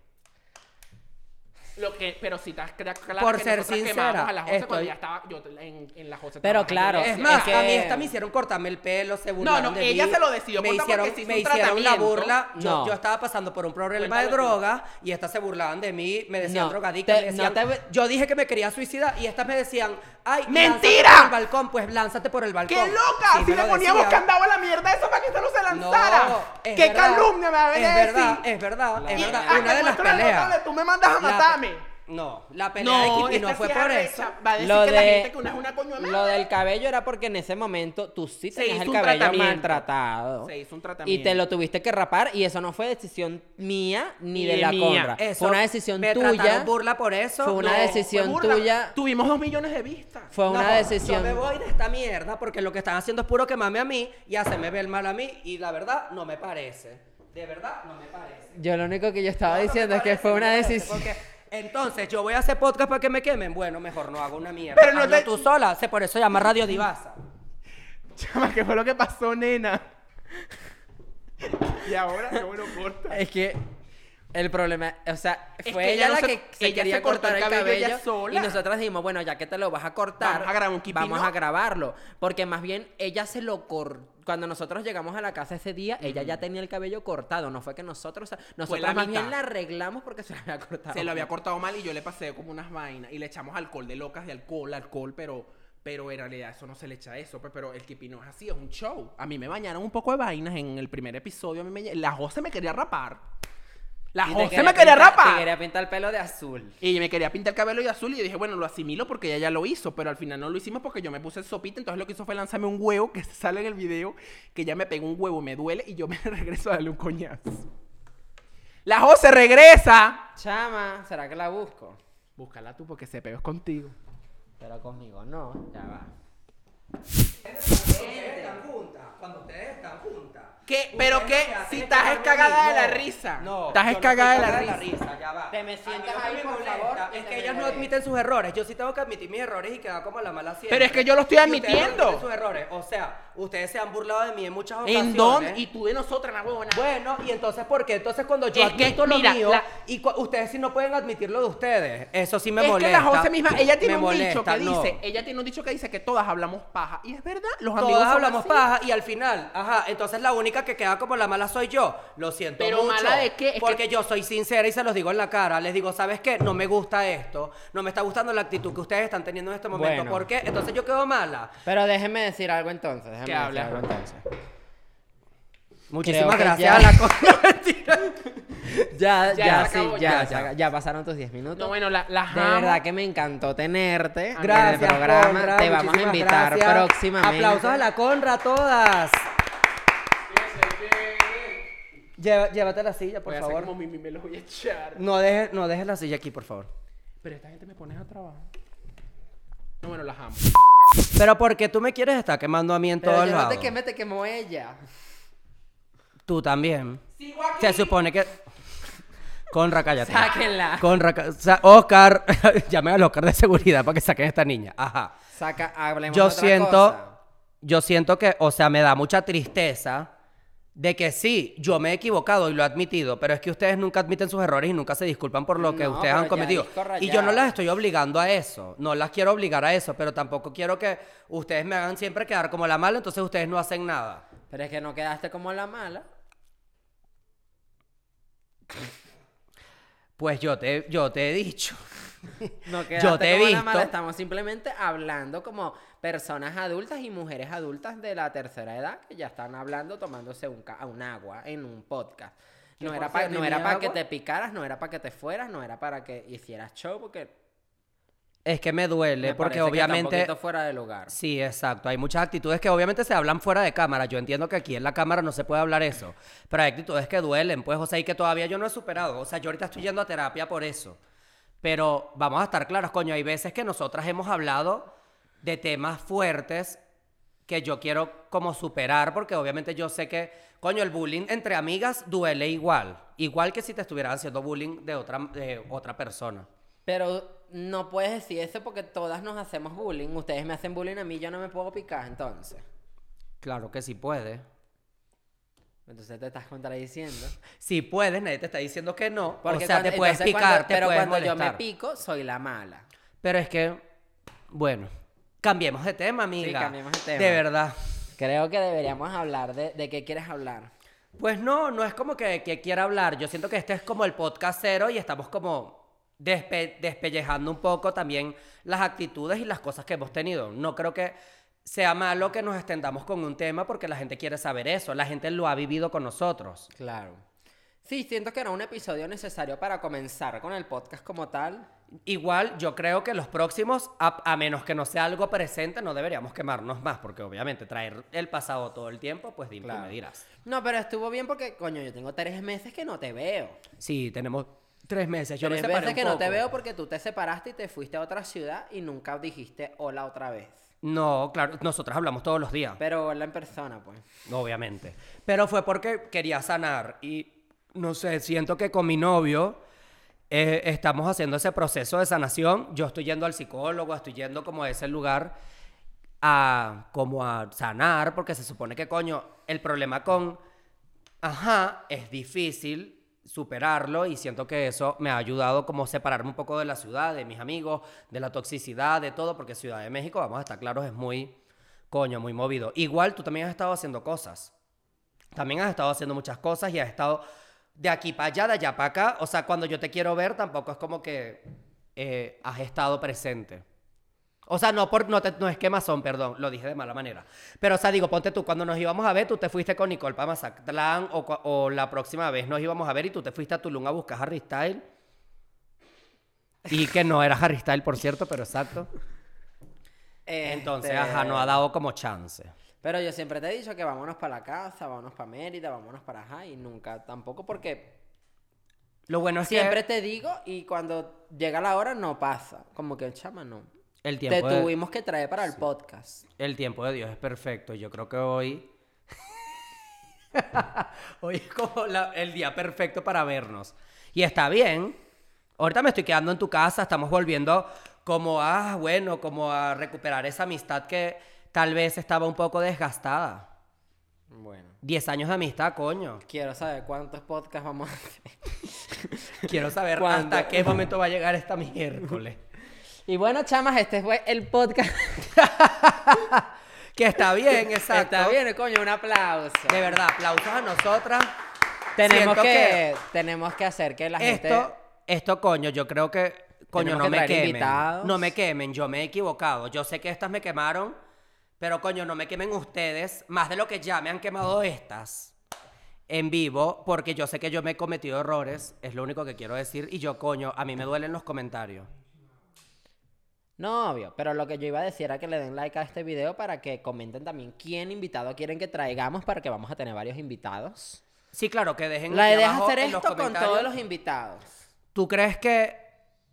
Lo que, pero si estás cra- claro
Por
que
ser
nosotras
sincera,
quemábamos a las 11 cuando
estoy-
ya estaba yo en, en las 11
Pero
trabajando.
claro,
Yo
Es
sí,
decía,
más,
es que-
a mí esta me hicieron cortarme el pelo, se burlaron
no,
de
ella
mí,
se lo decidió
Me
cortar
hicieron,
porque se hizo
me
un
hicieron la
tratamiento.
burla. Yo,
No.
yo estaba pasando por un problema de
Cuéntalo tú.
droga y estas se burlaban de mí, me decían
No,
drogadicta,
te-
me decían-
no te ve-
yo dije que me quería suicidar y estas me decían, ay,
¡Mentira!
lánzate por el balcón, pues lánzate por el balcón.
¡Qué loca!
Sí me
si le
lo
poníamos
decían.
candado a la mierda esa para que esta no se
No,
lanzara.
es
¡Qué
verdad,
calumnia me va a venir
Es
a decir!
verdad, es verdad, es
Y-
verdad.
ah,
Una
que
de las
muestra la nota
peleas.
de tú me mandas a
la pe-
matarme.
No, la pelea de Kitty no
esta
fue
sí es
por eso.
arrecha. Va a decir
Lo
que la
de-
gente que una es una coño de
Lo
madre.
del cabello era porque en ese momento tú sí
Se
tenías
hizo
el
un
cabello
tratamiento.
maltratado.
Se hizo un
Y
tratamiento.
te lo tuviste que rapar y eso no fue decisión mía ni
Ni
de
de
la
mía.
contra.
Eso,
fue una decisión
me
tuya.
trataron burla por eso.
Fue una
no.
decisión
Fue burla.
tuya-
Tuvimos dos millones de vistas.
Fue una
No,
decisión.
Yo me voy de esta mierda porque lo que están haciendo es puro quemarme a mí y hacerme ver mal a mí y la verdad no me parece. De verdad no me parece.
Yo lo único que yo estaba
No, no me
diciendo es que
parece,
fue
no
una
me parece,
decisión.
porque, Entonces, yo voy a hacer podcast para que me quemen. Bueno, mejor no hago una mierda.
Pero
Pero
no
no
te-
tú sola, se por eso llama Radio Divasa.
Chama, ¿qué fue lo que
[laughs]
pasó, nena? y ahora no me lo corta.
Es que el problema, o sea,
Es
fue
que
ella,
ella no
la
se-
que se
ella
quería
se cortó
cortar
el
el cabello,
cabello ella sola.
y nosotros dijimos, bueno, ya que te lo vas a cortar,
Vamos a grabar un keeping
vamos
up.
a grabarlo, porque más bien ella se lo cortó. Cuando nosotros llegamos a la casa ese día, ella ya tenía el cabello cortado, no fue que nosotros, nosotros más bien
mitad.
la arreglamos porque se lo había cortado.
Se lo había cortado mal y yo le pasé como unas vainas. Y le echamos alcohol de locas, de alcohol, alcohol, pero, pero en realidad eso no se le echa eso. pues, Pero el kipi no es así, es un show. A mí me bañaron un poco de vainas en el primer episodio. A mí me... La Jose me quería rapar. La
Y te
Jose me quería
pintar-
rapar.
Te quería pintar el pelo de azul.
Y me quería pintar el cabello de azul y yo dije, bueno, lo asimilo porque ella ya lo hizo, pero al final no lo hicimos porque yo me puse el sopita, entonces lo que hizo fue lanzarme un huevo que [laughs] sale en el video, que ya me pegó un huevo, me duele y yo me [laughs] regreso a darle un coñazo. La Jose regresa.
Chama, ¿será que la busco?
Búscala tú porque ese peo es contigo.
Pero conmigo no, ya va.
Cuando ustedes están juntas.
¿Qué? ¿Pero qué?
Ustedes lo que hacen
Si
es
estás
quemarme a mí.
escagada de la
No,
risa.
No.
Estás
yo no
escagada
estoy
de la
ya va.
Te me
A mí
sientas
lo que
ahí,
me
por
molesta
favor, y
Es
te
que
me
ellas no
molesta.
admiten sus errores. Yo sí tengo que admitir mis errores y quedar como la mala siempre.
Pero es que yo lo estoy
Y ustedes no
admitiendo.
admiten sus errores. O sea, ustedes se han burlado de mí en muchas ocasiones.
¿En dónde? Y tú de nosotras, la huevona.
Bueno, y entonces, ¿por qué? Entonces, cuando yo
Es que,
admito lo
mira,
mío,
la-
y cua- ustedes sí no pueden admitirlo de ustedes. Eso sí me
es
molesta.
que la José misma, ella tiene
Me
un dicho
molesta,
que
no.
dice, ella tiene un dicho que dice que todas hablamos paja. Y es verdad, los amigos
Todas
son
hablamos
así.
paja y al final, ajá, entonces la única que queda como la mala soy yo. Lo siento
Pero
mucho,
¿mala de qué? Es que-
porque yo soy sincera y se los digo en la cara. Les digo, ¿sabes qué? No me gusta esto. No me está gustando la actitud que ustedes están teniendo en este momento.
Bueno.
¿Por qué? Entonces yo quedo mala.
Pero déjeme decir algo entonces. Déjeme
Que
decir
habla.
algo entonces.
Muchísimas
que
gracias
ya-
a la co- [laughs] Mentira.
[laughs] Ya,
Ya,
ya,
se
sí,
acabó,
ya,
ya,
ya,
ya.
ya pasaron tus 10 minutos.
No, bueno, la, las
De
amo.
verdad que me encantó tenerte
Gracias,
en el programa.
Conra,
Te vamos a
muchísimas
invitar
gracias.
próximamente.
Aplausos a la Conra, todas. Lleva- llévate la silla, por
Voy a hacer
favor.
como Mimi, me los voy a echar.
No dejes no dejes la silla aquí, por favor.
Pero esta gente me pones a trabajar. No, bueno, las amo.
Pero porque tú me quieres estar quemando a mí en
Pero
todos
yo no
lados.
te quemé, te quemó ella. [laughs]
Tú también. Se supone que. [laughs] Conra, cállate.
Sáquenla.
Conra, ca- sa- Oscar. [laughs] Llamen al Oscar de seguridad para que saquen a esta niña. Ajá.
Saca, hablemos de
Yo
otra
siento.
cosa.
Yo siento que, o sea, me da mucha tristeza de que sí, yo me he equivocado y lo he admitido, pero es que ustedes nunca admiten sus errores y nunca se disculpan por lo que
No,
ustedes
pero
han
ya,
cometido.
disco
Y yo no
rayado.
las estoy obligando a eso, no las quiero obligar a eso, pero tampoco quiero que ustedes me hagan siempre quedar como la mala, entonces ustedes no hacen nada.
Pero es que no quedaste como la mala.
Pues yo te, yo te he dicho.
No quedaste
Yo te he
como la
visto.
mala. Estamos simplemente hablando como personas adultas y mujeres adultas de la tercera edad que ya están hablando tomándose un, ca- un agua en un podcast.
Que
No
por
era, pa-
cierto, ¿y
no
mi
era para que
agua?
te picaras, no era para que te fueras, no era para que hicieras show porque
Es que me duele,
me parece que
porque
está un
obviamente...
poquito fuera del lugar.
Sí, exacto. Hay muchas actitudes que obviamente se hablan fuera de cámara. Yo entiendo que aquí en la cámara no se puede hablar eso. Pero hay actitudes que duelen, pues, o sea, y que todavía yo no he superado. O sea, yo ahorita estoy yendo a terapia por eso. Pero vamos a estar claros, coño. Hay veces que nosotras hemos hablado de temas fuertes que yo quiero como superar, porque obviamente yo sé que, coño, el bullying entre amigas duele igual. Igual que si te estuvieran haciendo bullying de otra, de otra persona.
Pero no puedes decir eso porque todas nos hacemos bullying. Ustedes me hacen bullying a mí, yo no me puedo picar entonces.
Claro que sí puede.
Entonces te estás contradiciendo.
Si puedes, nadie te está diciendo que no.
Porque
o sea, te
cuando-
puedes
entonces
picar,
cuando-
te
pero
puedes
cuando yo me
molestar.
pico, soy la mala.
Pero es que, bueno, cambiemos de tema, amiga.
cambiemos de tema.
De verdad.
Creo que deberíamos hablar de, de qué quieres hablar.
Pues no, no es como que, que quiera hablar. Yo siento que este es como el podcast cero y estamos como despe- despellejando un poco también las actitudes y las cosas que hemos tenido. No creo que sea malo que nos extendamos con un tema porque la gente quiere saber eso. La gente lo ha vivido con nosotros.
Claro. Sí, siento que era un episodio necesario para comenzar con el podcast como tal.
Igual yo creo que los próximos, a, a menos que no sea algo presente, no deberíamos quemarnos más, porque obviamente traer el pasado todo el tiempo, pues dime, tú
Claro.
me dirás.
No, pero estuvo bien porque, coño, yo tengo tres meses que no te veo.
Sí, tenemos tres meses. Yo
tres
me separé
meses
un
que no te
poco.
veo porque tú te separaste y te fuiste a otra ciudad y nunca dijiste hola otra vez.
No, claro, nosotros hablamos todos los días,
Pero hola en persona, pues.
obviamente. Pero fue porque quería sanar y, no sé, siento que con mi novio eh, estamos haciendo ese proceso de sanación. Yo estoy yendo al psicólogo, estoy yendo como a ese lugar a como a sanar, porque se supone que, coño, el problema con, ajá, es difícil superarlo y siento que eso me ha ayudado como separarme un poco de la ciudad, de mis amigos, de la toxicidad, de todo, porque Ciudad de México, vamos a estar claros, es muy, coño, muy movido. Igual tú también has estado haciendo cosas. También has estado haciendo muchas cosas y has estado de aquí para allá, de allá para acá. O sea, cuando yo te quiero ver, tampoco es como que eh, has estado presente. O sea, no, por, no, te- no es quemazón, perdón, lo dije de mala manera. Pero, o sea, digo, ponte tú, cuando nos íbamos a ver, tú te fuiste con Nicole para Mazatlán o, cua- o la próxima vez nos íbamos a ver y tú te fuiste a Tulum a buscar Harry Style. Y que no era Harry Style, por cierto, pero exacto. Entonces,
Este,
ajá, no ha dado como chance.
Pero yo siempre te he dicho que vámonos para la casa, vámonos para Mérida, vámonos para ajá y nunca tampoco porque
Lo bueno es
siempre
que
te digo y cuando llega la hora no pasa. Como que chama, no.
el
Te
tiempo, de,
tuvimos que traer para el podcast.
el tiempo de Dios es perfecto. Yo creo que hoy... [laughs] hoy es como la- el día perfecto para vernos. Y está bien. Ahorita me estoy quedando en tu casa, estamos volviendo como a, bueno, como a recuperar esa amistad que tal vez estaba un poco desgastada.
Bueno.
10 años de amistad, coño.
Quiero saber cuántos podcasts vamos a hacer.
Quiero saber
¿Cuándo?
hasta qué momento va a llegar esta miércoles.
Y bueno, chamas, este fue el podcast.
que [laughs] está [laughs] bien, exacto.
Está bien, coño, un aplauso.
De verdad, aplausos a nosotras.
Tenemos
Siento
que, tenemos que hacer que la
esto,
gente
esto, coño, yo creo que. Coño,
Tenemos
no
que
me
traer
quemen.
invitados.
No me quemen, yo me he equivocado. Yo sé que estas me quemaron, pero coño, no me quemen ustedes más de lo que ya me han quemado estas en vivo, porque yo sé que yo me he cometido errores, es lo único que quiero decir. Y yo, coño, a mí me duelen los comentarios.
No, obvio, pero lo que yo iba a decir era que le den like a este video para que comenten también quién invitado quieren que traigamos para que vamos a tener varios invitados.
Sí, claro, que dejen.
La
aquí
idea es
abajo
hacer
en los
esto con
comentarios.
todos los invitados.
¿Tú crees que.?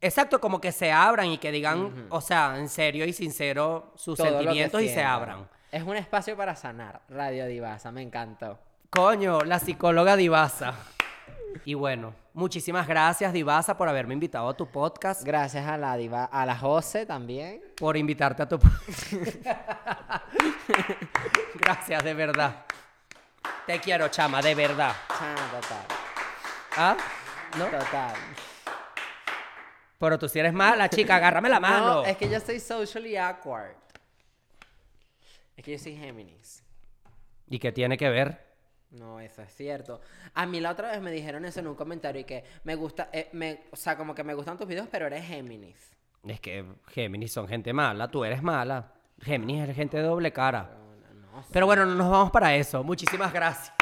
Exacto, como que se abran y que digan, o sea, en serio y sincero sus
todo lo que
sentimientos y se
sientan.
abran.
Es un espacio para sanar. Radio Divasa, me encantó.
Coño, la psicóloga Divasa. Y bueno, muchísimas gracias Divasa por haberme invitado a tu podcast,
Gracias a la diva, a la Jose también.
por invitarte a tu podcast. [laughs] gracias, de verdad. Te quiero, chama, de verdad.
Chama, total.
¿Ah? ¿No?
Total.
Pero tú si eres mala, chica, agárrame la mano.
No, es que yo soy socially awkward. Es que yo soy Géminis.
¿Y qué tiene que ver?
No, eso es cierto. A mí la otra vez me dijeron eso en un comentario y que me gusta, eh, me, o sea, como que me gustan tus videos, pero eres Géminis.
Es que Géminis son gente mala, tú eres mala. Géminis es gente de doble cara.
No, no,
Pero bueno, no nos vamos para eso. Muchísimas gracias.